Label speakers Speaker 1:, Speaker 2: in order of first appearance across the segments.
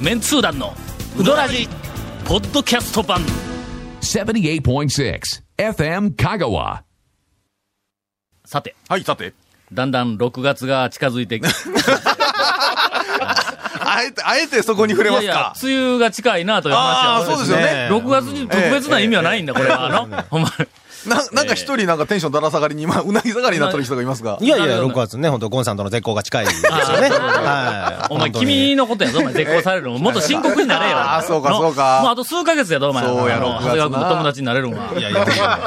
Speaker 1: メンツー団のウドラジポッドキャスト版
Speaker 2: 78.6 FM Kagawa.
Speaker 1: さて
Speaker 3: はい、さて。
Speaker 1: だんだん6月が近づいてきて
Speaker 3: あえて、あえてそこに触れますか。
Speaker 1: 梅雨が近いなという話は
Speaker 3: ああ、そうですよね。
Speaker 1: 6月に特別な意味はないんだ、これは。あの、ほ んまに。
Speaker 3: ななんか一人なんかテンションだら下がりに、 今、うなぎ下がりになってる人がいますが
Speaker 4: い。やいや、6月ね、本当ゴンさんとの絶好が近いですよね。はい。
Speaker 1: お前、
Speaker 4: 本当に
Speaker 1: 君のことやぞ、お前、絶交されるの。もっと深刻になれよ。
Speaker 3: ああそうか
Speaker 1: の
Speaker 3: そうか
Speaker 1: もうあと数ヶ月やぞ、お前。
Speaker 3: そうや
Speaker 1: あの長
Speaker 3: 6
Speaker 1: 谷
Speaker 3: 月
Speaker 1: 川君
Speaker 3: な
Speaker 1: の友達になれるんは。
Speaker 4: いやいやいや、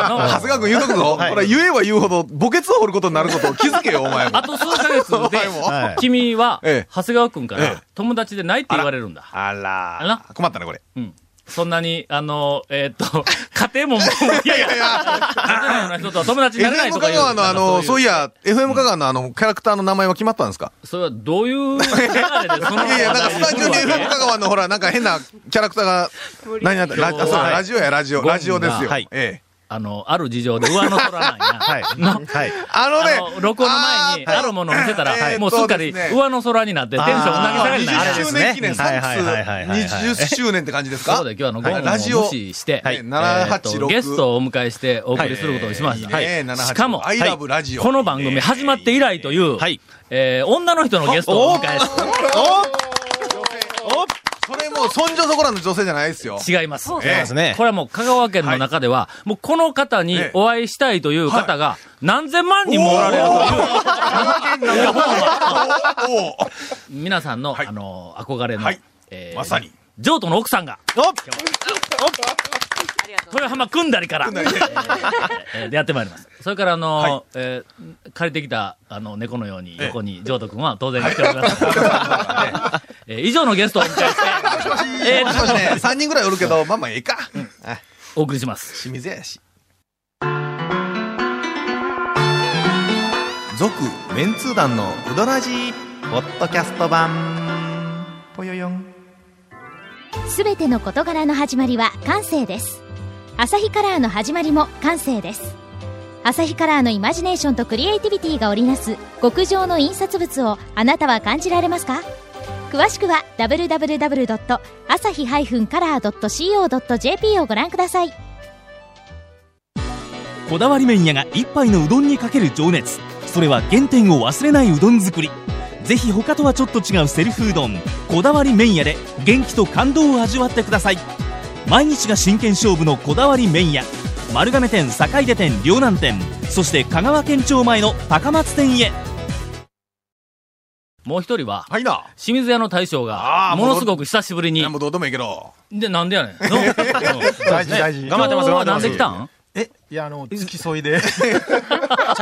Speaker 1: の
Speaker 3: 長谷川君言うとくぞ。これ言えば言うほど、墓穴を掘ることになることを気づけよ、お前 も
Speaker 1: あ。と数ヶ 月で
Speaker 4: はい、
Speaker 1: 君は
Speaker 3: ええ、
Speaker 1: 長谷川君か
Speaker 3: え
Speaker 1: ら、友達でないって言われるんだ。
Speaker 3: あ
Speaker 1: あら
Speaker 3: ら困ったね、これ。
Speaker 1: うん。そんなに、あの、えーっと、家庭ももう、いやいやいや、家庭のような人とは友達になれない
Speaker 3: FM
Speaker 1: と
Speaker 3: 香
Speaker 1: かいう。
Speaker 3: 川のあの、そうい
Speaker 1: や。
Speaker 3: や、FM 香川のあの、キャラクターの名前は決まったんですか
Speaker 1: それはどういう流れでそ
Speaker 3: い
Speaker 1: の
Speaker 3: やいや、なんかスタジオに FM 香川のほら、なんか変なキャラクターが、何やったラジあそうだ
Speaker 1: はい
Speaker 3: ラジオや、ラジオ。ラジオですよ
Speaker 4: はい。
Speaker 3: ええ。
Speaker 1: あの、ある事情で上の空なんや。
Speaker 4: はい。はい。
Speaker 3: あの
Speaker 1: あの、
Speaker 3: ね、
Speaker 1: 録音の前に、
Speaker 3: あー
Speaker 1: あるものを見せたら、
Speaker 3: はい
Speaker 1: もうすっかり
Speaker 3: えーっとですね
Speaker 1: 上の空になって、テンションうなぎ下がりにな
Speaker 4: あ
Speaker 1: る。
Speaker 4: れ
Speaker 3: 20
Speaker 4: で
Speaker 3: 周
Speaker 4: すね
Speaker 3: 年記念、サ
Speaker 4: は
Speaker 3: ッ
Speaker 4: いはいはいはいはい
Speaker 3: クス20周年って感じですか
Speaker 1: そうで、今日はあの、ゴンを
Speaker 3: ラジオ
Speaker 1: 無視して、
Speaker 3: はい
Speaker 1: えーっと
Speaker 3: 7866
Speaker 1: ゲストをお迎えしてお送りすることにしました。
Speaker 3: はいいいね
Speaker 1: しかも、
Speaker 3: 78アイラブラジオ
Speaker 1: この番組始まって以来という、
Speaker 4: はい
Speaker 1: えー女の人のゲストをお迎えし
Speaker 3: それもう、そんじょそこらの女性じゃないですよ。
Speaker 1: 違います。
Speaker 4: 違いますね
Speaker 1: これはもう香川県の中では、もうこの方にお会いしたいという方が何千万人もおられるという、
Speaker 3: おお
Speaker 1: 皆さんの、
Speaker 3: はい
Speaker 1: あの、憧れの、
Speaker 3: はい
Speaker 1: え
Speaker 3: まさに。
Speaker 1: 譲渡の奥さんが、
Speaker 4: おっ
Speaker 1: 豊浜組んだりから、
Speaker 3: 組んだり
Speaker 1: えーでやってまいります。それから、あの、
Speaker 3: はい
Speaker 1: えー借りてきた、あの、猫のように
Speaker 3: ええ
Speaker 1: 横に、譲渡君は当然来ております。えー以上のゲストをお迎えして、えー
Speaker 3: もしもしね、3人ぐらいおるけど、まあまあええか。あ
Speaker 1: お送りします。
Speaker 3: 清水やし。続、メンツー団のうどらじ、ポッドキャスト版、ぽよよん。
Speaker 5: すべての事柄の始まりは感性です。アサヒカラーの始まりも感性です。アサヒカラーのイマジネーションとクリエイティビティが織りなす極上の印刷物をあなたは感じられますか詳しくは www.asahi-color.co.jp をご覧ください。
Speaker 6: こだわり麺屋が一杯のうどんにかける情熱それは原点を忘れないうどん作りぜひ他とはちょっと違うセルフうどんこだわり麺屋で元気と感動を味わってください毎日が真剣勝負のこだわり麺屋丸亀店坂出店龍南店そして香川県庁前の高松店へ
Speaker 1: もう一人は、
Speaker 3: はいな。
Speaker 1: 清水屋の大将が、
Speaker 3: あー
Speaker 1: ものすごく久しぶり
Speaker 3: い
Speaker 1: に
Speaker 3: や、もうどうでもいいけど。
Speaker 1: で、なんでや ねん。のうん
Speaker 7: 大事大事
Speaker 4: 頑張ってます、
Speaker 1: 今日は
Speaker 4: 頑張っ
Speaker 1: な
Speaker 4: てま
Speaker 1: ん
Speaker 4: す。
Speaker 1: で来たん
Speaker 7: いや、あの、付き添いで。
Speaker 4: ち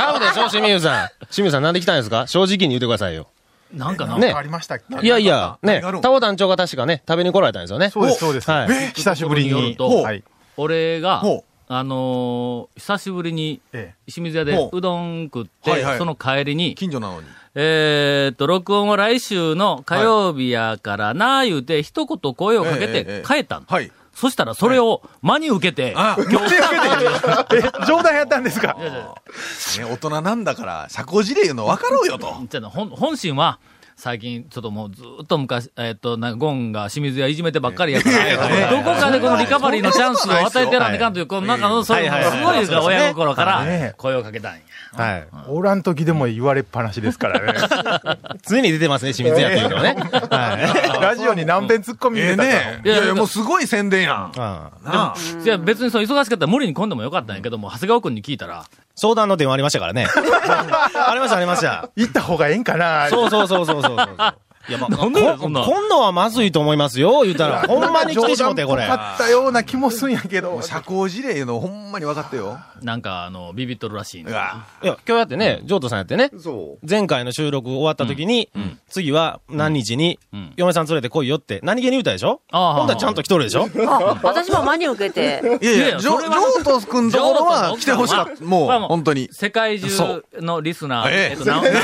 Speaker 4: ゃうでしょ、清水さん。清水さん、なんで来たんですか正直に言ってくださいよ。
Speaker 1: なんかな。
Speaker 7: なん
Speaker 4: ね
Speaker 7: かありましたっけ
Speaker 4: いやいや、ね、
Speaker 3: 何があるん
Speaker 4: タオ団長が確かね、食べに来られたんですよね。
Speaker 7: そうです、そうです。
Speaker 4: はい
Speaker 7: え久しぶり
Speaker 1: ところによる
Speaker 7: に。
Speaker 1: と
Speaker 7: はい。
Speaker 1: 俺が
Speaker 3: ほう、
Speaker 1: あのー久しぶりに、
Speaker 7: え
Speaker 1: 清水屋で
Speaker 3: ほう
Speaker 1: うどん食って、
Speaker 3: はいはい
Speaker 1: その帰りに、
Speaker 3: 近所なのに。
Speaker 1: えーっと、録音は来週の火曜日やからな、言うて、一言声をかけ
Speaker 3: えええ
Speaker 1: て
Speaker 3: え
Speaker 1: 帰ったの。
Speaker 3: はい。
Speaker 1: そしたら、それを真に受けて、
Speaker 3: あ、ね、
Speaker 7: え。え、冗談やったんですか
Speaker 3: 大人なんだから、社交辞令言うの分かろうよと。
Speaker 1: じゃあ本本心は、最近、ちょっともうずっと昔、えーっと、なんかゴンが清水屋いじめてばっかりやから、どこかでこのリカバリーのチャンスを与えてやらんいかんという、この中の、そういうのがすごいですから親心か
Speaker 7: はいはいは
Speaker 1: ら
Speaker 7: い
Speaker 1: 声をかけたんや。
Speaker 4: はい。
Speaker 7: おらん時でも言われっぱなしですからね。
Speaker 4: 常に出てますね、清水屋っていうのはね。はい。
Speaker 7: ラジオに何遍突っ込み
Speaker 3: ええ
Speaker 7: 入れた
Speaker 3: ね
Speaker 7: か。
Speaker 3: いやいや、もうすごい宣伝やん。
Speaker 4: うん
Speaker 3: なあ。
Speaker 1: いや、別にそう忙しかったら無理に来んでもよかったんやけども、長谷川君に聞いたら、
Speaker 4: 相談の電話ありましたから ね。ありました、ありました。
Speaker 7: 行った方がええんかな
Speaker 4: そうそうそうそうそうそう。いや、まあ、
Speaker 1: なんでよそんなん
Speaker 4: 今度はまずいと思いますよ、言うたら。ほんまに来てしもて、これ。
Speaker 7: あったような気もすんやけど。
Speaker 3: 社交辞令言うのほんまに分かってよ。
Speaker 1: なんか、あの、ビビっとるらしいね
Speaker 3: うわ
Speaker 4: いや、今日やってね、ジョートさんやってね、
Speaker 3: そ
Speaker 4: 前回の収録終わった時に、次は何日に
Speaker 1: ん、
Speaker 4: 嫁さん連れて来いよって、何気に言うたでしょ
Speaker 1: ああ
Speaker 4: ほんとはちゃんと来とるでしょ
Speaker 8: あ、私も真に受けて。
Speaker 3: う。いやい
Speaker 1: いやい
Speaker 3: や、
Speaker 1: や
Speaker 3: ジョ
Speaker 1: それ
Speaker 3: ジ
Speaker 1: は
Speaker 3: ョート君ところは来てほしかった。もう、本当に。
Speaker 1: 世界中のリスナー、
Speaker 3: そう
Speaker 1: えっと、なお、なお、な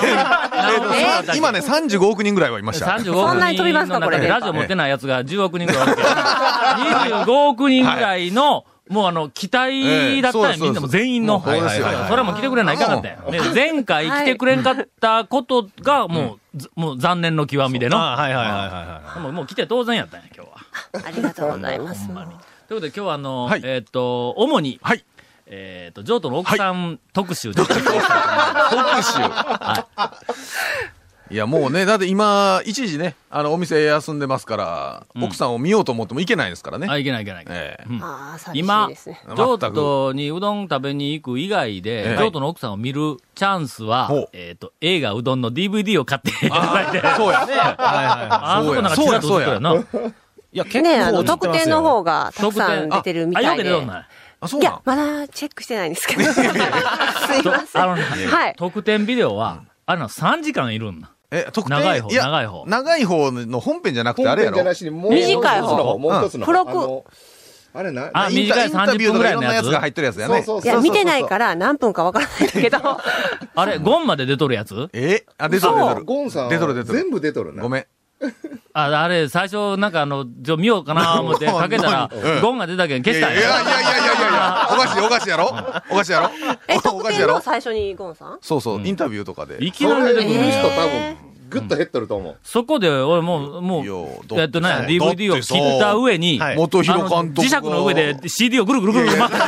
Speaker 1: お、
Speaker 3: さ今ね、35億人ぐらいはいました。
Speaker 1: 35
Speaker 8: そんなに飛びますか
Speaker 1: 億人の中で
Speaker 8: これで
Speaker 1: ラジオ持ってないやつが10億人ぐらいおるけど、25億人ぐらいのもうあの、期待だったんや、
Speaker 3: ええそうです
Speaker 1: みんなも全員の。
Speaker 3: そうです
Speaker 1: はいはいはい
Speaker 3: そうですよ
Speaker 1: それはもう来てくれないかんかったんやで前回来てくれんかったことが、もう、ずもう残念の極みでの。
Speaker 4: あはいはいはいはいはい。
Speaker 1: もうもう来て当然やったんや、今日は。
Speaker 8: ありがとうございます。
Speaker 1: ということで今日はあの、
Speaker 4: はい
Speaker 1: えっ、と、主に、
Speaker 4: はい
Speaker 1: えっ、と、譲渡の奥さん特集で、
Speaker 3: 特集。いや、もうね、だって今、一時ね、あの、お店休んでますから、奥さんを見ようと思っても行けないですからね。
Speaker 1: あ、いけないいけない。
Speaker 3: ええ
Speaker 8: ああ、寂しい
Speaker 1: 今
Speaker 8: ですね。、
Speaker 1: 譲渡にうどん食べに行く以外
Speaker 3: え
Speaker 1: で
Speaker 3: え、
Speaker 1: 譲渡の奥さんを見るチャンスは
Speaker 3: ほう、
Speaker 1: えっと、映画うどんの DVD を買っていただいて、
Speaker 3: そうやね。
Speaker 1: あそこなんかちらっと映ってるよな。
Speaker 4: いや、結
Speaker 8: ねあ
Speaker 4: 構落
Speaker 8: の、
Speaker 4: ちて
Speaker 8: 特
Speaker 4: ますよ
Speaker 8: 典の方がたく
Speaker 1: 特典
Speaker 8: さん出てるみ
Speaker 1: あ、
Speaker 8: た
Speaker 1: よ
Speaker 8: い
Speaker 1: く出
Speaker 8: で。
Speaker 1: てるない
Speaker 3: あ、そう
Speaker 8: い
Speaker 3: な
Speaker 8: や
Speaker 3: の、
Speaker 8: まだチェックしてないんですけど。すいません。
Speaker 1: あのね
Speaker 8: はい。
Speaker 1: 特典ビデオは、あれな、3時間いるんだ。
Speaker 3: え、特典
Speaker 1: 長い方
Speaker 3: や
Speaker 1: 長い方
Speaker 3: 長い方の本編じゃなくてあれやろ。
Speaker 8: 短い方
Speaker 9: もう一つの
Speaker 8: 付録
Speaker 9: あのあれな。
Speaker 1: あ、
Speaker 3: インタ
Speaker 1: 短い
Speaker 3: インタ
Speaker 1: 30
Speaker 3: ビュ
Speaker 1: 分
Speaker 3: ーと
Speaker 1: ぐ
Speaker 3: から
Speaker 1: い
Speaker 3: いろ
Speaker 1: の
Speaker 3: んな
Speaker 1: や
Speaker 3: や
Speaker 1: つ
Speaker 3: つが入ってるやつだよね。
Speaker 9: そうそう
Speaker 8: いや、見てないから何分かわからないんだけど。
Speaker 1: あれ、ゴンまで出とるやつ
Speaker 3: えあ、出とる出とる。
Speaker 9: ゴンさん。
Speaker 3: 出とる出とる
Speaker 9: 全部出とるな。
Speaker 3: ごめん。
Speaker 1: あ、あれ、最初、なんかあの、じゃあ見ようかな思ってかけたら
Speaker 3: うん、
Speaker 1: ゴンが出たけん消
Speaker 3: い
Speaker 1: し
Speaker 3: や
Speaker 1: た
Speaker 3: い
Speaker 1: ん
Speaker 3: やいやい
Speaker 1: や。
Speaker 3: やいやいや、おかしいおかしいやろおかしいやろ
Speaker 8: え、
Speaker 3: お
Speaker 8: 特
Speaker 3: かしい
Speaker 8: 典
Speaker 3: や
Speaker 8: の
Speaker 3: ろ
Speaker 8: 最初にゴンさん
Speaker 3: そうそう、インタビューとかで。
Speaker 1: いき
Speaker 9: そ
Speaker 1: なり
Speaker 9: れ
Speaker 1: 出
Speaker 9: で
Speaker 1: て
Speaker 9: 見
Speaker 1: く
Speaker 9: る
Speaker 1: るね。
Speaker 9: 人多分、ぐっと減っとると思う。
Speaker 1: そこで、俺もう、もう
Speaker 3: いや、だって
Speaker 1: えっとね、DVD を切った上に、
Speaker 4: はい
Speaker 3: 元
Speaker 1: あ
Speaker 3: 広
Speaker 1: の
Speaker 3: 監督
Speaker 1: 磁
Speaker 3: が
Speaker 1: 石の上で CD をぐるぐるぐるぐる巻く。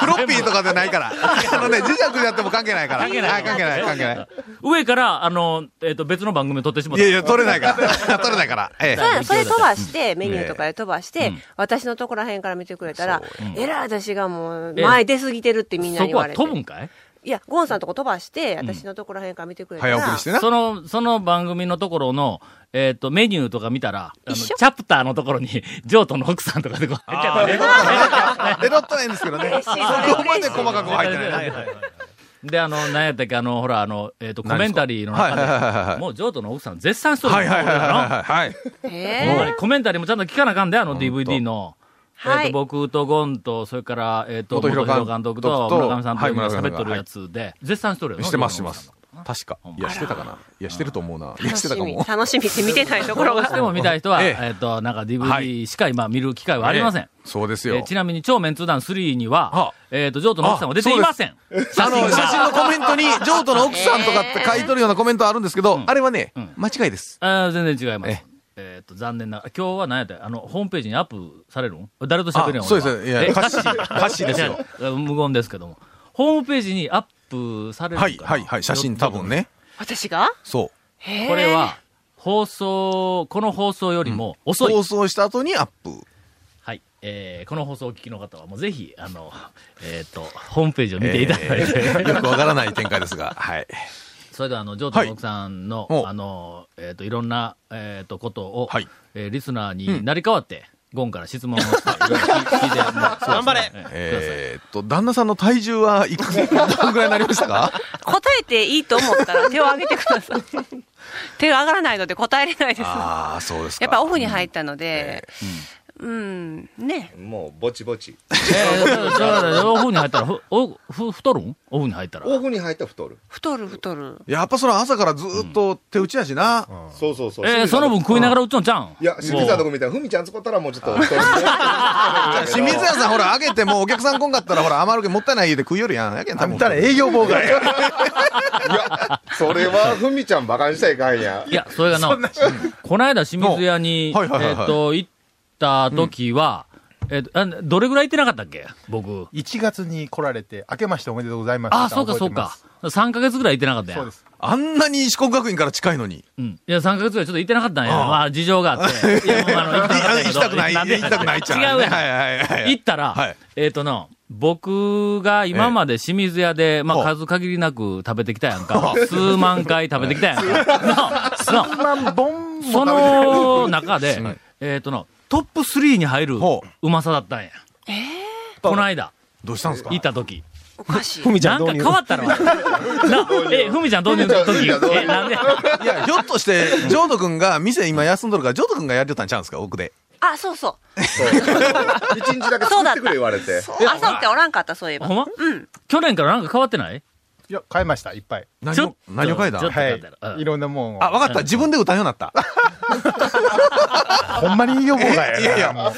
Speaker 3: フロッピーとかじゃないから。あのね、磁石であっても関係ないから。
Speaker 1: 関係ない
Speaker 3: はい関係ない、関係ない。
Speaker 1: 上から、あの、えっ、と、別の番組を撮ってしまっ
Speaker 3: い
Speaker 1: た。
Speaker 3: やいや、取れないから。取れないから。え
Speaker 8: それそれ
Speaker 1: 勢いだ
Speaker 8: 飛ばして、メニューとかで飛ばして、私のところらへんから見てくれたら、えらい私がもう、
Speaker 1: ええ
Speaker 8: 前出過ぎてるってみんな
Speaker 1: そ
Speaker 8: に言
Speaker 1: こ
Speaker 8: わ
Speaker 1: は
Speaker 8: れて。
Speaker 1: 飛ぶんかい
Speaker 8: いや、ゴンさんとこ飛ばして、私のところらへんから見てく
Speaker 3: え。
Speaker 8: れたら、
Speaker 3: 早送りしてな。
Speaker 1: その、その番組のところの、えっ、と、メニューとか見たら、あの、チ
Speaker 8: 一緒
Speaker 1: ャプターのところに、譲渡の奥さんとかでこう、入っちゃったね
Speaker 3: えロっとないんですけどね。そこまで細かくは入ってない。
Speaker 1: で、あの、何やったっけ、あの、ほら、あの、えっ、と、コメンタリーの
Speaker 3: はいはいはい
Speaker 1: 中
Speaker 3: はいは
Speaker 1: で、
Speaker 3: い
Speaker 1: もう譲渡の奥さん絶賛しとる
Speaker 3: はいはいはい
Speaker 1: 俺らの
Speaker 3: はい。はい。
Speaker 8: え
Speaker 1: ほんま
Speaker 8: え
Speaker 1: にコメンタリーもちゃんと聞かなあかんで、あの DVD の。え
Speaker 8: は
Speaker 1: っ
Speaker 8: い
Speaker 1: と、僕とゴンと、それから、えっと、
Speaker 3: 元
Speaker 1: 元
Speaker 3: 広
Speaker 1: 広監督と
Speaker 3: 監督と
Speaker 1: 村上さんと
Speaker 3: はい
Speaker 1: 今
Speaker 3: 村
Speaker 1: 喋
Speaker 3: 上さんが
Speaker 1: っとるやつで、絶賛しとるよな
Speaker 3: してます、してます。。確か
Speaker 1: ほん。ま
Speaker 3: いや、してたかな。いや、してると思うな。いや、
Speaker 8: 楽
Speaker 3: し
Speaker 8: して
Speaker 3: たか
Speaker 8: み、
Speaker 3: も。
Speaker 8: 楽しみって見てないとこ
Speaker 1: これ
Speaker 8: ろ
Speaker 1: を
Speaker 8: が。
Speaker 1: しても見たい人は、
Speaker 3: ええ
Speaker 1: えっと、なんか
Speaker 3: は
Speaker 1: DVD しか今見る機会はありません。
Speaker 3: そうです
Speaker 1: え
Speaker 3: よ
Speaker 1: ー。ちなみに、超メンツー団3には
Speaker 3: は、
Speaker 1: えっと、ジョートの奥さんは出ていません。写
Speaker 3: あの、
Speaker 1: 真
Speaker 3: 写真
Speaker 1: が。
Speaker 3: のコメントに、譲渡の奥さんとかって書いとるようなコメントあるんですけど、あれはね、間違いです。
Speaker 1: あー全然違いま
Speaker 3: え
Speaker 1: す
Speaker 3: え。
Speaker 1: えっと、残念な。今日は何やったあの、ホームページにアップされるん誰と喋るん俺は
Speaker 3: あそうですいや
Speaker 1: え
Speaker 3: 歌詞
Speaker 1: 歌詞
Speaker 3: 歌詞ですよ
Speaker 1: いや無言ですけども。ホームページにアップされるんか
Speaker 3: は、
Speaker 1: ない
Speaker 3: はい、はい。写真多分。ね。
Speaker 8: 私が
Speaker 3: そう。
Speaker 1: これは、放送、この放送よりも遅い。
Speaker 3: 放送した後にアップ。
Speaker 1: はい。えーこの放送をお聞きの方は、もうぜひ、あの、えっ、と、ホームページを見ていただいて、
Speaker 3: えーよくわからない展開ですが、はい。
Speaker 1: それでは、あの、ジョータの奥さんの、
Speaker 3: はいお
Speaker 1: あの、えっ、と、いろんな、えっ、と、ことを、
Speaker 3: はい
Speaker 1: えーリスナーになり変わって、ゴンから質問をして、いろいろ聞い聞いて、頑
Speaker 4: 張れ
Speaker 3: えーっと、旦那さんの体重はいくつ、どんぐらいになりましたか
Speaker 8: 答えていいと思ったら 手を挙げてください。手が上がらないので答えれないです。や
Speaker 3: ああ、そうですか。
Speaker 8: っぱオフに入ったので、うん、ね。
Speaker 9: もう、ぼちぼち。
Speaker 1: えーだからだからオフに入ったら、ふ、おふ太るんオフに入ったら。
Speaker 9: オフに入ったら太る。
Speaker 8: 太る太る。
Speaker 3: やっぱその朝からずーっと手打ちやしな。
Speaker 9: そうそうそう。
Speaker 1: えーその分食いながら打つのちゃうん
Speaker 9: いや、清水さんとこみたいな、ふみちゃん使ったらもうちょっと太る。
Speaker 3: 清水屋さんほら、あげてもお客さん来んかったらほら、余るけんもったいない家で食いよるやん。やけん多
Speaker 7: あ
Speaker 3: 分
Speaker 7: んたら営業妨害
Speaker 9: い
Speaker 7: や。
Speaker 9: や、それはふみちゃんバカにしたらいかんや
Speaker 1: い。や、それがな、うんこの間清水屋に、
Speaker 3: はいはいはい
Speaker 1: え
Speaker 3: は
Speaker 1: っ、
Speaker 3: い
Speaker 1: と、行った時は、えっ、とあ、どれぐらい行ってなかったっけ僕。
Speaker 7: 1月に来られて、明けましておめでとうございました。
Speaker 1: あ、そうかそうか
Speaker 7: 覚。
Speaker 1: 3ヶ月ぐらい行ってなかった
Speaker 7: え
Speaker 1: や
Speaker 7: て
Speaker 1: ん。
Speaker 7: ます。そうです。
Speaker 3: あんなに四国学院から近いのに。
Speaker 1: うん。いや、3ヶ月ぐらいちょっと行ってなかったんや。
Speaker 3: ああ
Speaker 1: まあ、事情があ って。いや、もうあの、行ってなかったんやけ
Speaker 3: 行き
Speaker 1: ど
Speaker 3: たくない、
Speaker 1: んで
Speaker 3: 行きたくないっちゃ
Speaker 1: 違うやん
Speaker 3: はいはいはいはい。
Speaker 1: 行ったら、
Speaker 3: はい
Speaker 1: えっ、とな、僕が今まで清水屋で、まあ
Speaker 3: ほう
Speaker 1: 数限りなく食べてきたやんか。数万回食べてきたやんか。 な、な、
Speaker 7: まあ、ボンも
Speaker 1: その中で、えっ、とな、トップ3に入る
Speaker 3: ほう
Speaker 1: うまさだったんや。この間、
Speaker 3: どうしたんですか
Speaker 1: 行った時。
Speaker 8: おかしい。
Speaker 4: ふみち
Speaker 1: な
Speaker 4: ゃ
Speaker 1: んんか
Speaker 4: 導
Speaker 1: 変
Speaker 4: 入。
Speaker 1: わったのな、え、ふみちゃんどういう
Speaker 9: ふみ
Speaker 1: 時
Speaker 9: ちゃんどういう
Speaker 1: え、なんで
Speaker 3: いや、ひょっ として、ジョード君が、店今休んどるから、ジョード君がやってたんちゃうんですか、奥で。
Speaker 8: あ、そうそう。
Speaker 9: そう一日だけ作ってくれ言われて。
Speaker 8: 朝起きておらんかった、そういえば
Speaker 1: ほ。んま去年からなんか変わってない
Speaker 7: いや、買いました、いっぱい。
Speaker 3: 何
Speaker 1: ちょっ
Speaker 3: を
Speaker 1: と、
Speaker 3: 何を書いた
Speaker 1: ちょっ
Speaker 3: ん
Speaker 1: と
Speaker 7: は
Speaker 1: 待ってなうん
Speaker 7: い。いろんなもんを。
Speaker 3: あ、わかった。自分で歌うようになった。
Speaker 7: ほんまに営業妨害やな。
Speaker 3: いやいや
Speaker 7: もう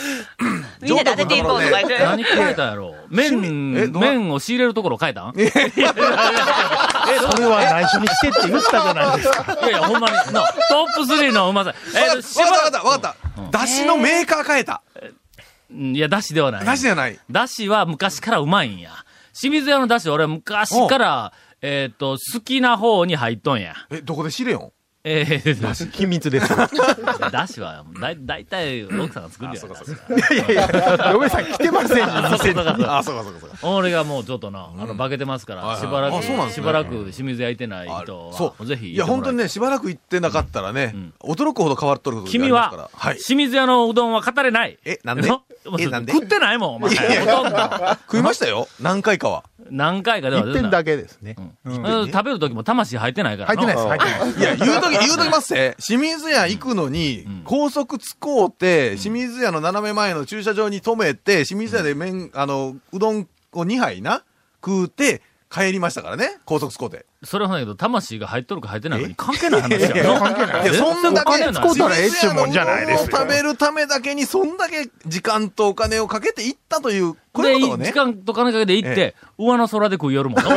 Speaker 8: みんなで当てていこうとか言って。
Speaker 1: 何変えたんやろ麺、
Speaker 3: えどうな
Speaker 1: 麺を仕入れるところ変えたんい
Speaker 10: それは内緒にしてって言ったじゃないですか。
Speaker 1: やいや、ほん まに。な、トップ3のうまさ。
Speaker 3: わか
Speaker 1: え
Speaker 3: っ
Speaker 1: ー、
Speaker 3: たわかったわかったわかった。だしのメーカー変えた。
Speaker 1: うんいや、だしではない。
Speaker 3: だしじゃない。
Speaker 1: だしは昔からうまいんや。清水屋のだし、俺昔から、えっ、と、好きな方に入っとんや。
Speaker 3: え、どこで知れよん
Speaker 1: えー、 だし。
Speaker 7: 秘密です。い
Speaker 1: だしは、だい、だいたい奥さんが作るやん。
Speaker 7: やいや、嫁さん来 てませんよ。
Speaker 1: あそうかそうか
Speaker 3: あ、そうかそうかそうか。
Speaker 1: 俺がもうちょっとな、あの、化けてますから、
Speaker 3: はい
Speaker 1: しばら
Speaker 3: あそうなんで
Speaker 1: く、
Speaker 3: す
Speaker 1: し
Speaker 3: ね
Speaker 1: ばらく清水屋いてない
Speaker 3: あ
Speaker 1: 人
Speaker 3: そ
Speaker 1: は、
Speaker 3: う。
Speaker 1: ぜひ。
Speaker 3: いや、本当に。ね、しばらく行ってなかったらね、驚くほど変わっとることがあ
Speaker 1: 君
Speaker 3: りますから
Speaker 1: は、
Speaker 3: はい。
Speaker 1: 清水屋のうどんは語れない。
Speaker 3: えなんで
Speaker 1: の
Speaker 3: えなんで
Speaker 1: 食ってないもん、お前。
Speaker 3: いやい
Speaker 1: ほとんど。
Speaker 3: 食いましたよ。何回かは。
Speaker 1: 何回かでは
Speaker 7: 一点だけですね。
Speaker 1: う
Speaker 7: うん
Speaker 1: ん
Speaker 7: 入
Speaker 1: うん食べる時も魂入ってないから
Speaker 7: ってないです、入ってないです。
Speaker 3: いや、言うとき、言うときますって。清水屋行くのに、高速つこうて、清水屋の斜め前の駐車場に止めて、清水屋で麺、あの、うどんを2杯な、食うて、帰りましたからね、高速つこうて。
Speaker 1: それはないけど、魂が入っとるか入ってないかに関係ない話やろ。
Speaker 7: 関係ない
Speaker 3: いや、そんだけ、
Speaker 1: お金ない
Speaker 3: 清水屋の
Speaker 10: ええっちゅうもんじゃないですよ
Speaker 3: うどんを食べるためだけに、そんだけ時間とお金をかけて行ったという、こういうことを
Speaker 1: で、
Speaker 3: ね
Speaker 1: 時。間と金かけて行って、上の空で食いよるもん。もう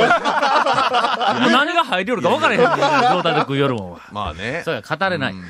Speaker 1: 何が入りよるか分からへんみたいな状態で食いよるもん。
Speaker 3: まあね
Speaker 1: そ。れは語れない。
Speaker 3: うん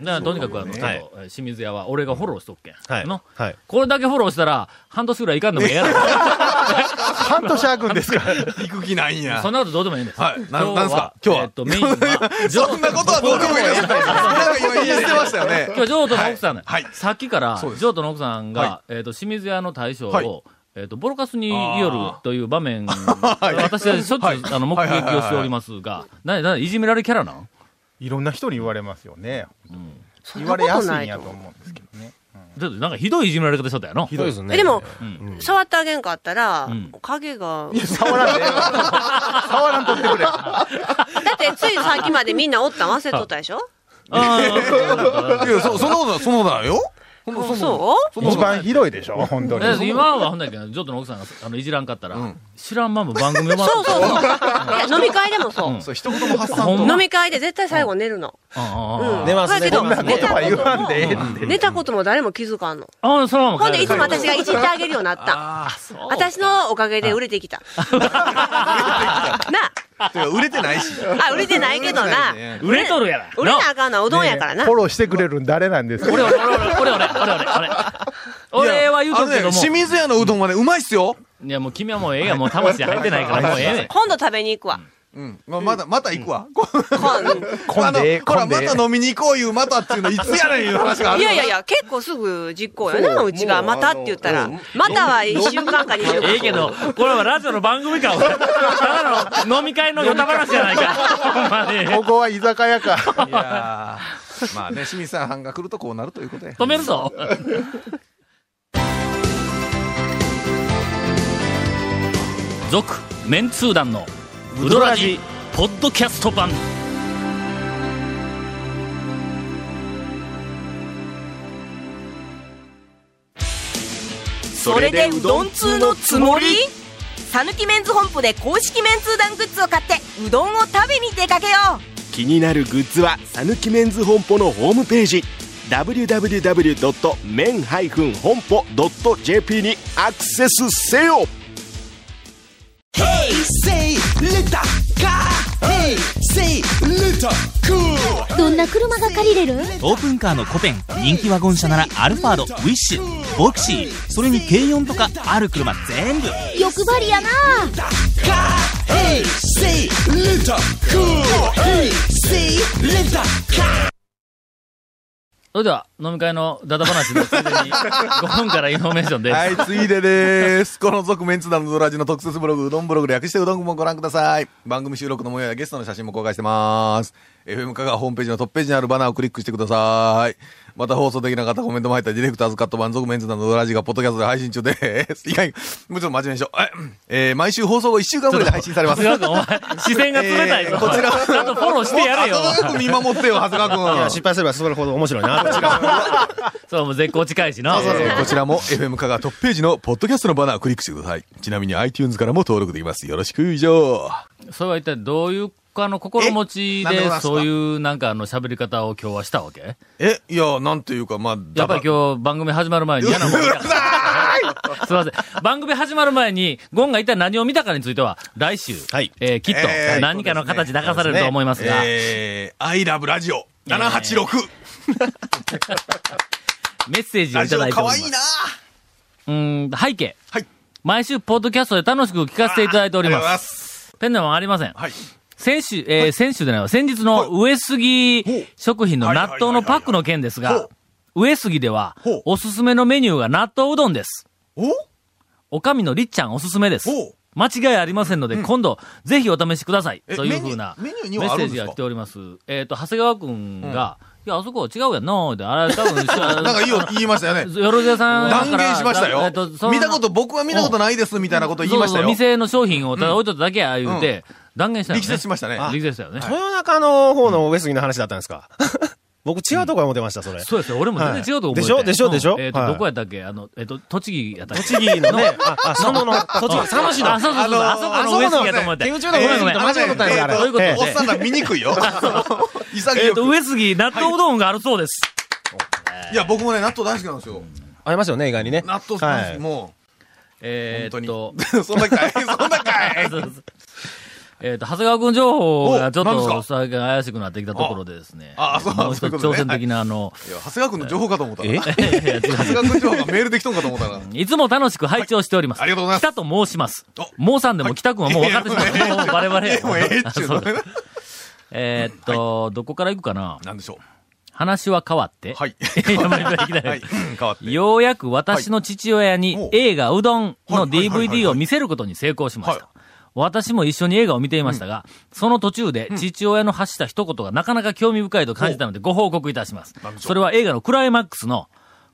Speaker 1: だからとにかくあの、ちょっと
Speaker 4: はい
Speaker 1: えー清水屋は俺がフォローしとっけん。
Speaker 4: はい
Speaker 1: の
Speaker 4: はい
Speaker 1: これだけフォローしたら、半年ぐらいいかんでもええやろ。
Speaker 7: 半年空くんですから。
Speaker 3: 行く気ないんや
Speaker 1: そ。んなことどうでもいいんです。
Speaker 3: はいななんすか今日は、
Speaker 1: えっと、メインは
Speaker 3: そんなことはどうでもいいです。なんか今言い捨てましたよね。
Speaker 1: 今日、譲渡の奥さんね、
Speaker 3: はいはい
Speaker 1: さっきから
Speaker 3: そうで、す
Speaker 1: 譲渡の奥さんが、
Speaker 3: は
Speaker 1: えっ、と、清水屋の大将を、
Speaker 3: はい
Speaker 1: えっ、と、ボロカスによるという場面、
Speaker 3: い
Speaker 1: 私はしょっちゅう、
Speaker 3: はい
Speaker 1: あの、目撃をしておりますが、なになにいじめられキャラなん
Speaker 7: いろんな人に言われますよね。
Speaker 8: そ
Speaker 7: 言
Speaker 8: んなこ
Speaker 7: われ
Speaker 8: と
Speaker 7: やす
Speaker 8: ない
Speaker 7: ん
Speaker 8: い
Speaker 7: や
Speaker 8: と
Speaker 7: と
Speaker 8: 思う
Speaker 7: 思うんですけどね。
Speaker 1: だってなんかひどいいじめられ方しとったやろ
Speaker 4: ひどいですね。
Speaker 8: えでも、
Speaker 4: うん、
Speaker 8: 触ってあげんかったら、
Speaker 1: ん
Speaker 8: 影が。
Speaker 7: 触らんでええわ。触らんとって くれ。
Speaker 8: だって、ついさっきまでみんなおったん忘れとったでしょ
Speaker 1: あー
Speaker 3: いや、そ、そんなことは、そんなことはよ。
Speaker 8: そうそう
Speaker 7: 一番ひどいでしょ、本当に。
Speaker 1: だって今はほんだけど、譲渡の奥さんがあのいじらんかったら、知らんまんま番組を回って
Speaker 8: そうそうそう。い や飲み会でもそう。
Speaker 3: そう、一言も発散
Speaker 1: ほん
Speaker 3: と。
Speaker 1: ま
Speaker 8: 飲み会で絶対最後寝るの。
Speaker 1: あ
Speaker 8: う
Speaker 1: あああ
Speaker 8: ん。
Speaker 4: 寝ますね
Speaker 8: だけど
Speaker 4: そんなこと
Speaker 8: 寝た
Speaker 7: は言
Speaker 8: こと
Speaker 7: わん
Speaker 8: も
Speaker 7: でええって、
Speaker 8: 寝たことも誰も気づかんの。
Speaker 1: ああ、そのまま
Speaker 8: ほんで、いつも
Speaker 1: 帰る
Speaker 8: 私がいじってあげるようになった。私のおかげで売れてきた。 な
Speaker 3: てか売れてないし。
Speaker 8: あ、売れてないけどな
Speaker 3: 売れてない。ね
Speaker 1: 売れとるやら。
Speaker 8: 売れなあかんのはうどんやからな
Speaker 7: フォ。ローしてくれるん誰なんですか
Speaker 1: 俺、俺、俺、俺、俺、俺、俺、俺、俺は言うと
Speaker 3: い
Speaker 1: くけ
Speaker 3: やあ
Speaker 1: ど
Speaker 3: のね清
Speaker 1: も。
Speaker 3: 水屋のうどんはね、うまいっすよ。
Speaker 1: いや、もう君はもうええや、もう魂入ってないから、もうええねん。
Speaker 8: 今度食べに行くわ。
Speaker 3: うん。まあ、まだ、また行くわ。
Speaker 8: 今
Speaker 3: あの、
Speaker 7: で
Speaker 3: ほら、
Speaker 7: 混んで
Speaker 3: また飲みに行こういう、またっていうの、いつやねんいう話がある。
Speaker 8: いやいやいや、結構すぐ実行よな、うちが。またって言ったら。または1週間か2週間。
Speaker 1: ええけど、これはラジオの番組か、俺。ただの飲み会のヨタ話じゃないか。ほんまに
Speaker 7: ここは居酒屋か。
Speaker 3: いやーまあね、清水さんが来るとこうなるということで。
Speaker 1: 止めるぞ。続、メンツー団の、ウドラジ、ポッドキャスト版。
Speaker 11: それでうどん通のつもりさぬきメンズ本舗で公式メンツー団グッズを買ってうどんを食べに出かけよ
Speaker 12: 気になるグッズはさぬきメンズ本舗のホームページ www.men-honpo.jp にアクセスせよ
Speaker 5: どんな車が借りれる
Speaker 6: オープンカーの古典人気ワゴン車ならアルファードウィッシュボクシーそれに軽4とかある車全部
Speaker 5: 欲張りやな
Speaker 1: それでは、飲み会のダダ話のついでに、5分からインフォメーションです。
Speaker 3: はい、ついでです。 この続メンツ団のドラジの特設ブログ、うどんブログ略してうどんもご覧ください。番組収録の模様やゲストの写真も公開してます。FM 香川ホームページのトップページにあるバナーをクリックしてください。また放送できなかったコメントも入ったディレクターズカット版続メンツ団のドラジがポッドキャストで配信中です。いかに、もうちょっと真面目にしよう。ええー毎週放送後1週間ぶりで配信されます。
Speaker 1: 長谷川君お前、視線が冷たい
Speaker 3: え
Speaker 1: ぞ。
Speaker 3: ーこちら
Speaker 1: ちゃんとフォローしてやれよ
Speaker 3: も。っと温かく見守ってよ、長谷
Speaker 4: い
Speaker 3: 川
Speaker 4: や
Speaker 3: 君
Speaker 4: 失。敗すればそれほど面白いな。こちら
Speaker 1: そう、もう絶好近いしな。
Speaker 3: えーこちらも FM 香川トップページのポッドキャストのバナーをクリックしてください。ちなみに iTunes からも登録できます。よろしく、以上。
Speaker 1: それは一体どういうかの心持ち
Speaker 3: えなんでござい
Speaker 1: で
Speaker 3: ま、すか
Speaker 1: そういうなんかあの喋り方を今日はしたわけ
Speaker 3: え、いや、なんていうか、まあ、
Speaker 1: やっぱり今日番組始まる前に嫌なもん見た。すみません。番組始まる前に、ゴンが一体何を見たかについては、来週、えーきっと
Speaker 3: えー
Speaker 1: 何かの形で明かされると思いますが、
Speaker 3: えー、アイラブラジオ786。
Speaker 1: メッセージをいただいております。
Speaker 3: ラジオ
Speaker 1: うーん、背景。毎週、ポッドキャストで楽しく聞かせていただいております。ペンネもありません。先週、えー先週でないわ。先日の上杉食品の納豆のパックの件ですが、上杉では、おすすめのメニューが納豆うどんです。おかみのりっちゃんおすすめです。間違いありませんので、今度、ぜひお試しください。
Speaker 3: え
Speaker 1: というふうな
Speaker 3: メ
Speaker 1: メ
Speaker 3: ニューメニューに
Speaker 1: ッ
Speaker 3: はあ
Speaker 1: セー
Speaker 3: るんですか
Speaker 1: ジが来ております。えっ、と、長谷川くんが、いや、あそこは違うやんので、あれ多分、
Speaker 3: なんかいいよ言いました よね
Speaker 1: よろずやさんから。
Speaker 3: 断言しましたよ
Speaker 1: えっとその
Speaker 3: 見たこと、僕は見たことないです、みたいなこと言いました
Speaker 1: そ
Speaker 3: よ。
Speaker 1: うそう店の商品をただ置いとっただけや、言うて、断言したよね。
Speaker 3: 力説しましたね
Speaker 1: あ力説したよね。
Speaker 4: 豊中の方の上杉の話だったんですか 僕違うとこ思ってました、それ。
Speaker 1: そうですよ。俺も全然違うと思うよ、
Speaker 4: でしょでしょでしょ
Speaker 1: うんえっと、
Speaker 4: はい
Speaker 1: どこやったっけあの、えっと、栃木やったっけ
Speaker 4: 栃木のね、 あ、あ、佐野の、栃木、佐野市の。
Speaker 1: あ、そうそうそう。あそこの上杉やと思って。
Speaker 4: 手打ちの上杉と間違えとったんやから。
Speaker 1: どういうこと
Speaker 4: ええ
Speaker 1: で えっと、上杉、納豆うどんがあるそうです。
Speaker 3: いや、僕もね、納豆大好きなんですよ。
Speaker 4: ありますよね、意外にね。
Speaker 3: 納豆
Speaker 4: は
Speaker 3: 大好
Speaker 4: い
Speaker 3: き、も
Speaker 1: えーっと、
Speaker 3: う。 そんなかい、そんなかい。
Speaker 1: えっと、長谷川くん情報がちょっ
Speaker 3: お何です
Speaker 1: と、
Speaker 3: か
Speaker 1: 最近怪しくなってきたところでですね。
Speaker 3: ああそう
Speaker 1: もう一つ
Speaker 3: そういうこと
Speaker 1: 挑
Speaker 3: ね
Speaker 1: 戦的な、あの、
Speaker 3: いや、長谷川君の情報かと思ったら。
Speaker 1: え
Speaker 3: 長谷川君情報がメールできとんかと思ったら。
Speaker 1: いつも楽しく拝聴しております。ありがとうございます。北と申します。もうさんでも北くんはもう分かってしまった。もうバレバレや。
Speaker 3: もうええっちゅうの
Speaker 1: あそうですえーっと、どこから行くかな
Speaker 3: なんでしょう。
Speaker 1: 話は変わって。 はい。やめていきなり
Speaker 3: はい、変わって。
Speaker 1: ようやく私の父親に映画うどんの DVD を見せることに成功しました。私も一緒に映画を見ていましたが、その途中で父親の発した一言がなかなか興味深いと感じたのでご報告いたします。それは映画のクライマックスの、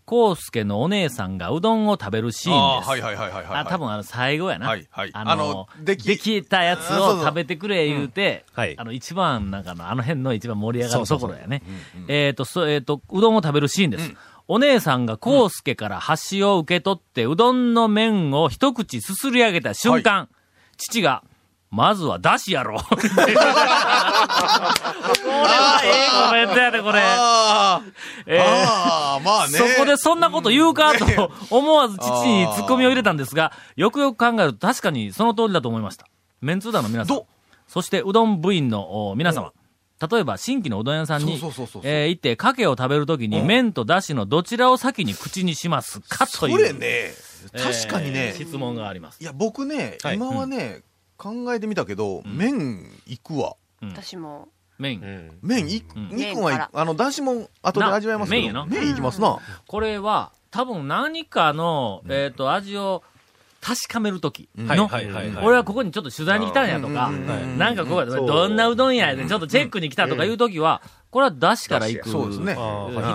Speaker 1: コウスケのお姉さんがうどんを食べるシーン
Speaker 3: あ
Speaker 1: で
Speaker 3: ー
Speaker 1: す。
Speaker 3: はいはいはいはいはい。
Speaker 1: あ、多分あの、最後やな。あの、
Speaker 3: あの
Speaker 1: でき、たやつ
Speaker 3: あそうそ
Speaker 1: を
Speaker 3: う
Speaker 1: 食べてくれ言うて、あの、一番、なんかの、あの辺の一番盛り上がるところやね。えっと、そうえっ、と、うどんを食べるシーンです。お姉さんがコウスケから箸を受け取って、うどんの麺を一口すすり上げた瞬間、父が、まずは出汁や ろ。コメントやで、これ。えーそこでそんなこと言うかと思わず父にツッコミを入れたんですが、よくよく考えると確かにその通りだと思いました。メンツーダの皆さん。そしてうどん部員のお皆様。例えば、新規のうどん屋さんに、
Speaker 3: そうそうそうそう
Speaker 1: えー行って、かけを食べるときに、麺とだしのどちらを先に口にしますかという。
Speaker 3: これね、
Speaker 1: えー
Speaker 3: 確かにね。
Speaker 1: 質問があります。
Speaker 3: いや、僕ね、
Speaker 1: はい
Speaker 3: 今はね、考えてみたけど、麺いくわ。
Speaker 8: 私も。
Speaker 1: 麺。
Speaker 3: 麺いく、肉はい
Speaker 8: 麺から
Speaker 3: く。あの、だしも後で味わえますけ
Speaker 1: な
Speaker 3: ど。
Speaker 1: 麺やな
Speaker 3: 麺いきますな。
Speaker 1: これは、多分何かの、えっ、と、味を確かめるときの、
Speaker 6: はいはいはいはい
Speaker 1: 俺はここにちょっと取材に来たんやとか、なんかここや
Speaker 6: そう
Speaker 1: どんなうどんやで、ちょっとチェックに来たとかいうときは、これは出汁から行く
Speaker 3: 出汁やそうですね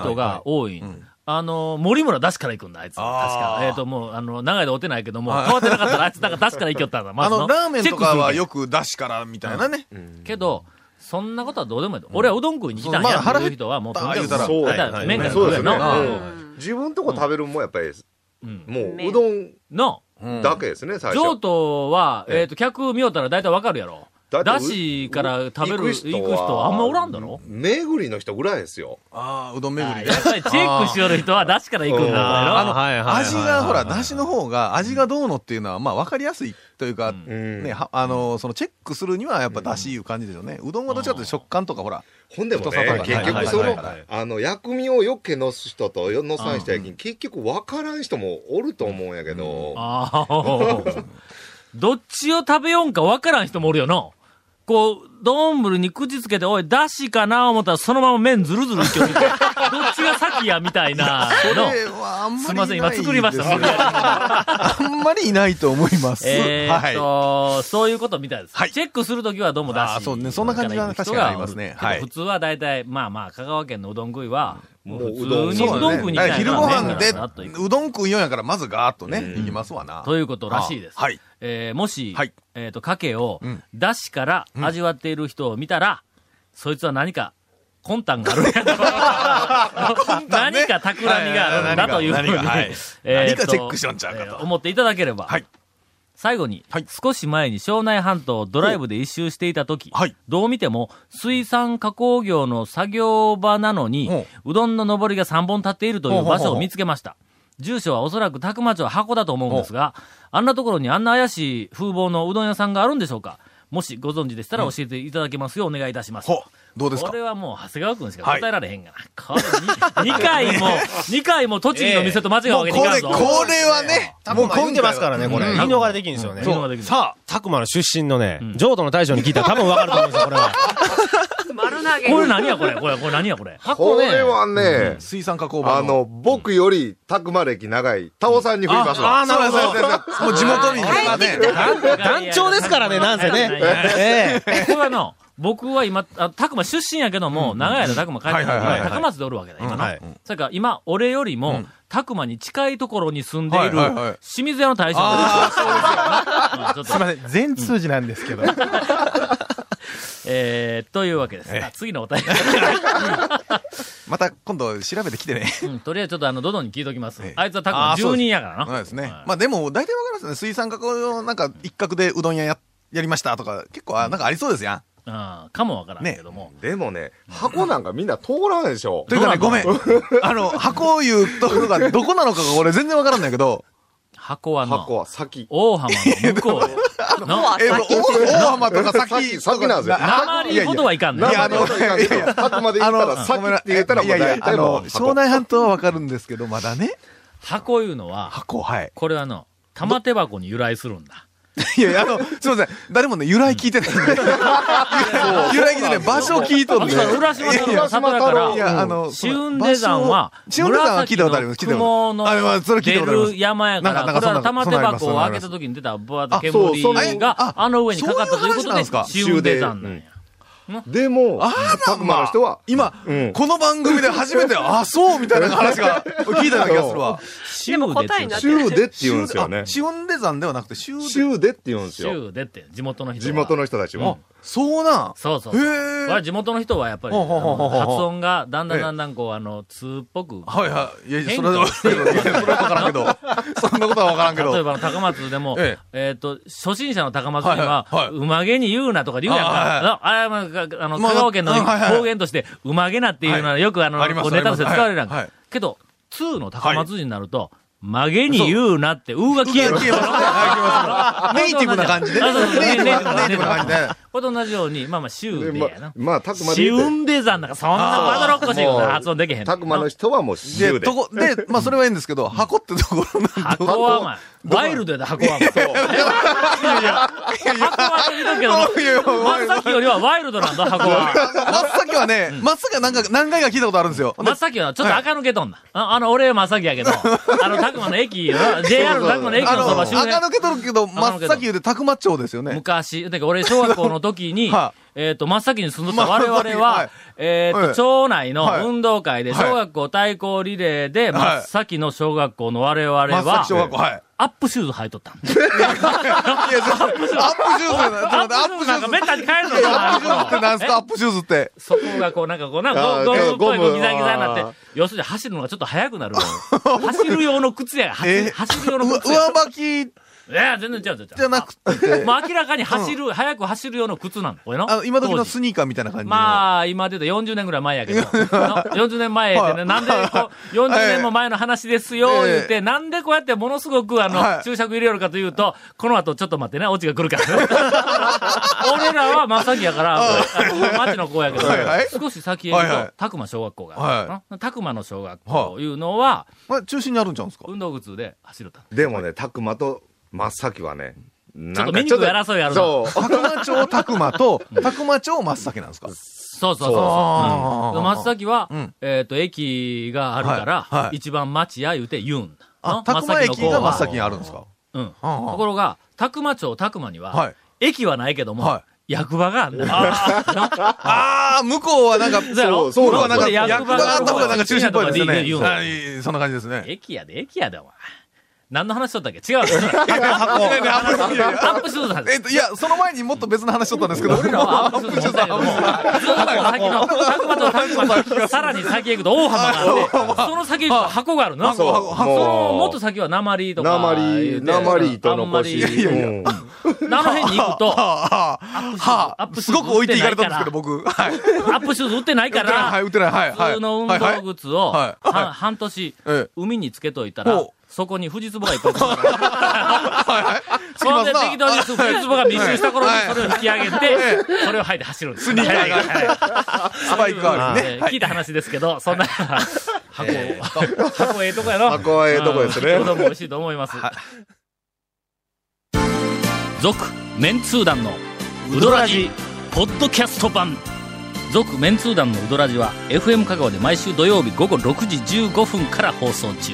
Speaker 1: 人が多い。あの、森村出汁から行くんだ、あいつ。確か。えっ、と、もう、あの、長いで追ってないけども、
Speaker 3: はい
Speaker 1: 変わってなかったら、あいつなんか出汁から行きよったんだ、ま
Speaker 3: あ
Speaker 1: ずの
Speaker 3: の、ラーメンとかはよ
Speaker 1: く。
Speaker 3: く出しからみたいなね。
Speaker 1: けど、そんなことはどうでもいいと。俺はうどん食いに来たんや、
Speaker 3: まあ
Speaker 1: っていう人はもう、とにかく
Speaker 3: 腹減った
Speaker 1: もう
Speaker 3: 言うた
Speaker 1: だ
Speaker 3: ら
Speaker 1: から麺から
Speaker 9: そう
Speaker 1: 食
Speaker 9: です
Speaker 1: うやん
Speaker 9: ね
Speaker 1: な。
Speaker 9: うん 自分とこ食べるもんやっぱり、もう
Speaker 1: 麺
Speaker 9: うどん
Speaker 1: の、
Speaker 9: だけですね、最
Speaker 1: 譲
Speaker 9: 初。
Speaker 1: 渡は、
Speaker 9: ええ
Speaker 1: えっ、と、客見よったら大体わかるやろ。
Speaker 9: だって
Speaker 1: だしから食べる、行く人あんまおらんだろ
Speaker 9: 巡りの人ぐらいですよ。
Speaker 3: ああ、うどん巡りね。
Speaker 1: やっぱりチェックしよる人はだしから行くんだろ
Speaker 3: あの、
Speaker 1: はいはいはい
Speaker 3: 味が、ほら、だしの方が、味がどうのっていうのは、まあ、わかりやすいというか、ね、はあの、その、チェックするには、やっぱ、だしいう感じでしょうね。うどんはどっちかというと食感とか、ほら。
Speaker 9: ほんでも
Speaker 3: 太さ
Speaker 9: ね
Speaker 3: と、か
Speaker 9: 結局そ
Speaker 3: はい
Speaker 9: の
Speaker 3: はいはいはい、
Speaker 9: あの、薬味をよっけのす人とよのさんしたやきに、結局わからん人もおると思うんやけど、
Speaker 1: ああ。どっちを食べよんかわからん人もおるよな。こう、丼に口つけて、おい、だしかな思ったら、そのまま麺ずるずるいってどっちが先や、みたいなの。
Speaker 3: それはあんまり
Speaker 1: すいません、今作りました。
Speaker 3: いないですあんまりいないと思います。
Speaker 1: えーっと、
Speaker 3: はい。
Speaker 1: そういうことみたいです。チェックするときはどうもだし。
Speaker 3: あーそうねそんな感じは確かにありますね
Speaker 1: 人が
Speaker 3: はい
Speaker 1: 普通は大体、まあまあ、香川県のうどん食いは、もう普通
Speaker 3: そう
Speaker 1: にうどん食いに行きたい
Speaker 3: だ
Speaker 1: な
Speaker 3: から昼ご
Speaker 1: 麺
Speaker 3: 飯
Speaker 1: からガッと行く
Speaker 3: で、うどん食いようやから、まずガーッとね、いきますわな。
Speaker 1: ということらしいです。
Speaker 3: あはい。
Speaker 1: えーもし、えっ、と、かけを、だしから味わっている人を見たら、そいつは何か、魂胆 があるんやと何か企みがあるんだというふうに、
Speaker 3: はいはいはい何か何かはい
Speaker 1: えーと
Speaker 3: 何かチェックしよんちゃうかと
Speaker 1: えー思っていただければ。最後に、少し前に庄内半島をドライブで一周していた時、どう見ても水産加工業の作業場なのに、うどんの上りが3本立っているという場所を見つけました。住所はおそらく宅間町箱だと思うんですが、あんなところにあんな怪しい風貌のうどん屋さんがあるんでしょうかもしご存知でしたら教えていただけますようお願いいたします。
Speaker 3: どうですか
Speaker 1: これはもう長谷川君しか答えられへんがな。これ2回も、二回も栃木の店と間違うわけにいかんぞ。
Speaker 3: もうこれこれはね、
Speaker 4: もう混んでますからね、これ。
Speaker 1: うん
Speaker 4: 言い逃れできんですよね。
Speaker 1: 言い逃れできん
Speaker 4: さあ、たくまの出身のね、浄土の大将に聞いたら多分わかると思うんで すよ、これは。
Speaker 8: 丸投げ。
Speaker 1: これ何やこれこれこれ何やこれ
Speaker 9: これはね、
Speaker 3: 水産加工
Speaker 9: あの、僕より、たくま歴長い、タオさんに振りますわ。
Speaker 4: ああなるほど
Speaker 9: もう地元民
Speaker 4: だね団長ですからね、なんせね。ええ
Speaker 1: これはの、僕は今、あ拓磨出身やけども、長い間拓磨帰ってた
Speaker 3: はいはいはい
Speaker 1: か
Speaker 3: はい
Speaker 1: ら、高松でおるわけだ、今
Speaker 3: は。
Speaker 1: ないそれから今、俺よりも、拓磨に近いところに住んでいる
Speaker 7: はいはいはい、
Speaker 1: 清水屋の大将がいるうんちょ
Speaker 7: すい
Speaker 1: っと
Speaker 7: ません、全通じなんですけど。
Speaker 1: えーというわけです。次のお便り。
Speaker 3: また今度調べてきてね。
Speaker 1: うんとりあえずちょっとあの、ドドンに聞いときます
Speaker 3: ええ。
Speaker 1: あいつは拓磨住人やから な。
Speaker 3: そうですね。まあでも、大体わかりますよね。水産加工のなんか一角でうどん屋や、やりましたとか、結構、あなんかありそうですや
Speaker 1: うんかもわからんけども。
Speaker 9: でもね、箱なんかみんな通らないでしょ
Speaker 3: ん。。というかね、ごめん。 あの、箱を言うところがどこなのかが俺全然わからんないけど。
Speaker 1: 箱はの、
Speaker 9: 箱は先。
Speaker 1: 大浜の向こ う。な
Speaker 9: え、もう、お大浜とか先、
Speaker 3: 先
Speaker 9: 先なんですよ。
Speaker 1: 鉛ほどはいかんね。
Speaker 9: いや、あの、あくまで言ったら、先って言ったら
Speaker 3: い
Speaker 9: もう
Speaker 3: やい
Speaker 9: 大、
Speaker 3: やあ
Speaker 9: 体も
Speaker 3: の、
Speaker 9: う
Speaker 3: 庄
Speaker 9: 箱。
Speaker 3: 内半島はわかるんですけど、まだね。
Speaker 1: 箱いうのは、
Speaker 3: 箱、はい。
Speaker 1: これはの、玉手箱に由来するんだ。
Speaker 3: いやいや、あの、すいません。誰もね、由来聞いてないんで。由来聞いてない。場所聞いとんね。
Speaker 1: あ浦島太郎の里だか
Speaker 3: いや、あ
Speaker 1: ら、
Speaker 3: の、
Speaker 1: 紫雲出山は、
Speaker 3: 紫雲出山は聞いたことあります。聞いたことありますあまあそれ聞
Speaker 1: 出
Speaker 3: いたことあります
Speaker 1: る山やか、
Speaker 3: なんからなん
Speaker 1: これ
Speaker 3: かそ
Speaker 1: は
Speaker 3: んな
Speaker 1: 玉手箱を開けた時に出た、ぶわっと煙が、あの上にかかったということで、紫雲出山なんや。
Speaker 9: でも、たくまの人は、
Speaker 3: 今、
Speaker 9: うん
Speaker 3: この番組で初めて、あ、そうみたいな話が聞いたような気がす るわ。
Speaker 1: でも
Speaker 8: 答えになって
Speaker 9: 州でって言うんですよね
Speaker 3: あ。紫雲出山ではなくて、州で。
Speaker 9: 州でって言うんですよ。
Speaker 1: 州出って、地元の人
Speaker 9: 地
Speaker 1: は。
Speaker 9: 元の人たち
Speaker 3: あ
Speaker 9: は。、
Speaker 3: そうなん。
Speaker 1: そうそう。
Speaker 3: へ
Speaker 1: こ
Speaker 3: ー
Speaker 1: れは地元の人はやっぱり、あ
Speaker 3: ほうほうほうほ
Speaker 1: の
Speaker 3: うほう
Speaker 1: 発音がだんだんだんだんこう、あの、通っぽく。
Speaker 3: はいはい。いやいや、
Speaker 1: 変
Speaker 3: それは、
Speaker 1: 化
Speaker 3: それは分からんけど。そんなことは分からんけ
Speaker 1: 例え
Speaker 3: ど。
Speaker 1: ば高松でも、
Speaker 3: え
Speaker 1: えっ、と、初心者の高松には、
Speaker 3: はいはいはいう
Speaker 1: まげに言うなとか言うやんか。あ,、あれはまあかあの、香川県の
Speaker 3: まあはいはい
Speaker 1: 方言として、うまげなっていうのはよくあの、
Speaker 3: あります
Speaker 1: こうネタとして使われるやんか。
Speaker 3: はいはい
Speaker 1: けど、通の高松人になると、曲げに言うなって、うが消える。
Speaker 3: 消えますはい消えますネイ ティブな感じでね。
Speaker 1: あそうそう
Speaker 3: ネイティブ
Speaker 1: ネイティブ
Speaker 3: なネイティブな感じで。
Speaker 1: これと同じように、まあまあ、州
Speaker 9: で
Speaker 1: で
Speaker 9: ま
Speaker 1: やな。
Speaker 9: まあ、たくまで
Speaker 1: シ
Speaker 9: 言
Speaker 1: ウ
Speaker 9: う
Speaker 1: ンデザンなんかそんなまどろっこしいことな発音できへん
Speaker 9: て、
Speaker 1: の。
Speaker 9: たくまの人はもう
Speaker 3: で、
Speaker 9: 州で
Speaker 3: と。こ、で、まあそれはいいんですけど、箱ってところなんで
Speaker 1: 箱はまあ、ワイルドやで、箱はまあ。箱はと言うけども、
Speaker 3: いやいや
Speaker 1: 真っ先よりはワイルドなんだ、箱は。
Speaker 3: 真っ先はね、真っ先はなんか何回か聞いたことあるんですよ。
Speaker 1: 真っ先はちょっと垢抜けとんだ。ああの、俺真っ先やけど、あの、たくまの駅、JR のたくまの駅
Speaker 3: あ
Speaker 1: の
Speaker 3: の、
Speaker 1: そば周
Speaker 3: 赤
Speaker 1: 辺。
Speaker 3: 抜けとるけど、真っ先言うて、たくま町ですよね。、
Speaker 1: 昔、だけど俺小学校の時に
Speaker 3: は
Speaker 1: えっと、真っ先に住んどった
Speaker 3: 真っ
Speaker 1: 我
Speaker 3: 先
Speaker 1: 々は、
Speaker 3: はい
Speaker 1: えっと、
Speaker 3: はい
Speaker 1: 町内
Speaker 3: はい
Speaker 1: の運動会で、
Speaker 3: はい
Speaker 1: 小学校対抗リレーで、真っ先の小学校の我々は、
Speaker 3: 真っ先小学校、はい。
Speaker 1: アップシューズ履いとった んだ
Speaker 3: いや、ちょっとアップシューズ
Speaker 1: アップ
Speaker 3: ア
Speaker 1: シ
Speaker 3: ッ
Speaker 1: ューズ
Speaker 3: プシュ
Speaker 1: な
Speaker 3: ー
Speaker 1: ん
Speaker 3: ズ
Speaker 1: かめったに変えるの
Speaker 3: いやアップシューズって
Speaker 1: か
Speaker 3: なんすかアップシューズって。
Speaker 1: そこがこうなんかこうな、
Speaker 9: あー
Speaker 1: ゴゴムっぽい
Speaker 9: ゴム
Speaker 1: こうギザギザにな
Speaker 9: あ
Speaker 1: っ
Speaker 9: ー
Speaker 1: て、要するに走るのがちょっと速くなる。走る用の靴 や。走
Speaker 3: え
Speaker 1: る走る用の
Speaker 3: う
Speaker 1: 靴や。
Speaker 3: 上履き
Speaker 1: いや、全然違う違う違う。
Speaker 3: じゃなく
Speaker 1: て。もう明らかに走る、速く走る用の靴なの。これの。
Speaker 3: あの今時の
Speaker 1: 当時
Speaker 3: スニーカーみたいな感じの。
Speaker 1: まあ、今で言うと40年ぐらい前やけど、 の40年前で ね、なんでこう、40年も前の話ですよ、
Speaker 3: はい
Speaker 1: 言って、なんでこうやってものすごくあ
Speaker 3: は
Speaker 1: の、
Speaker 3: い
Speaker 1: 注釈入れよるかというと、この後ちょっと待ってね、オチが来るから。 俺らは真っ先や から、あの町の子やけど
Speaker 3: はいはい、
Speaker 1: 少し先へ行く
Speaker 3: はいはい
Speaker 1: と、たくま小学校が
Speaker 3: は
Speaker 1: ある。たくまの小学校いうのは、
Speaker 3: まあ、中心にあるんちゃうんですか
Speaker 1: 運動靴で走るた。
Speaker 9: でもね、たくまと真っ先はね、
Speaker 1: ちょっ
Speaker 9: な
Speaker 1: と
Speaker 9: ん
Speaker 1: 見
Speaker 9: か
Speaker 1: に
Speaker 9: ちょ
Speaker 1: く
Speaker 9: っ
Speaker 1: い
Speaker 9: と、
Speaker 1: 争いがあるな
Speaker 9: そう。
Speaker 3: たくま町たくまと、たくま町真っ先なんですか
Speaker 1: そうそうそうそう。
Speaker 3: あー
Speaker 1: うん松崎は
Speaker 3: うん、
Speaker 1: えっと、駅がある
Speaker 3: はい
Speaker 1: か
Speaker 3: は
Speaker 1: ら、
Speaker 3: い
Speaker 1: 一番町や言うて言うんだ。
Speaker 3: あ、
Speaker 1: の
Speaker 3: たくま駅が真っ
Speaker 1: 松
Speaker 3: 先
Speaker 1: 崎
Speaker 3: に
Speaker 1: の
Speaker 3: あるんですか
Speaker 1: 子は
Speaker 3: あ
Speaker 1: うん。
Speaker 3: あ
Speaker 1: ところが、たくま町たくまに
Speaker 3: は
Speaker 1: は、
Speaker 3: い。
Speaker 1: 駅はないけども
Speaker 3: は、
Speaker 1: 役場があるんだ。 あ
Speaker 3: あー、向こうはなん か、
Speaker 1: そうやろ
Speaker 3: 向こうはなんか、
Speaker 1: そうそう
Speaker 3: 役場があった方がなんか中心っぽいです
Speaker 1: 役場がある
Speaker 3: ね
Speaker 1: 方がいい。
Speaker 3: はいそんな感じですね。
Speaker 1: 駅やで、駅やで、お前。何の話しとったっけ違う。箱
Speaker 3: 箱
Speaker 1: 違う違うアップ
Speaker 3: いやいや
Speaker 1: アップしとったんです
Speaker 3: えっと、いや、その前にもっと別の話しとったんですけど、
Speaker 1: 俺らはアップ
Speaker 3: しとった。 アップし
Speaker 1: ず
Speaker 3: とった
Speaker 1: っと先の、白馬と白馬と、さらに先へ行くと大浜があって、その先行くと箱があるな。
Speaker 9: 箱箱箱
Speaker 1: そのもっと先は鉛とか言う
Speaker 9: 鉛、
Speaker 1: て。
Speaker 9: 鉛糸
Speaker 1: あんま
Speaker 9: 残し。
Speaker 1: り。
Speaker 9: うん
Speaker 1: あの辺に行く と、アップシューズ、すごく置い
Speaker 3: ていかれたんですけど
Speaker 1: 僕。アップシューズ売ってないから、
Speaker 3: 売ってないはい売ってないはいはい
Speaker 1: 普通の運動靴を、
Speaker 3: はいはい
Speaker 1: は
Speaker 3: は
Speaker 1: 半年、
Speaker 3: え
Speaker 1: 海につけといたら
Speaker 3: ほ、
Speaker 1: そこにフジツボがいっぱいつくから それで適当にフジツボが密集した頃にそれを引き上げて、それを履いて走るんです。
Speaker 3: スニーカーがスパイク代わりにね
Speaker 1: えー聞いた話ですけど、そんな、箱、箱ええとこやろ。
Speaker 9: 箱はええとこですね
Speaker 1: うんうどんも美味しいと思います。続、メンツー団の、ウドラジ、ポッドキャスト版。続、メンツー団のウドラジは、FM 香川で毎週土曜日午後6時15分から放送中。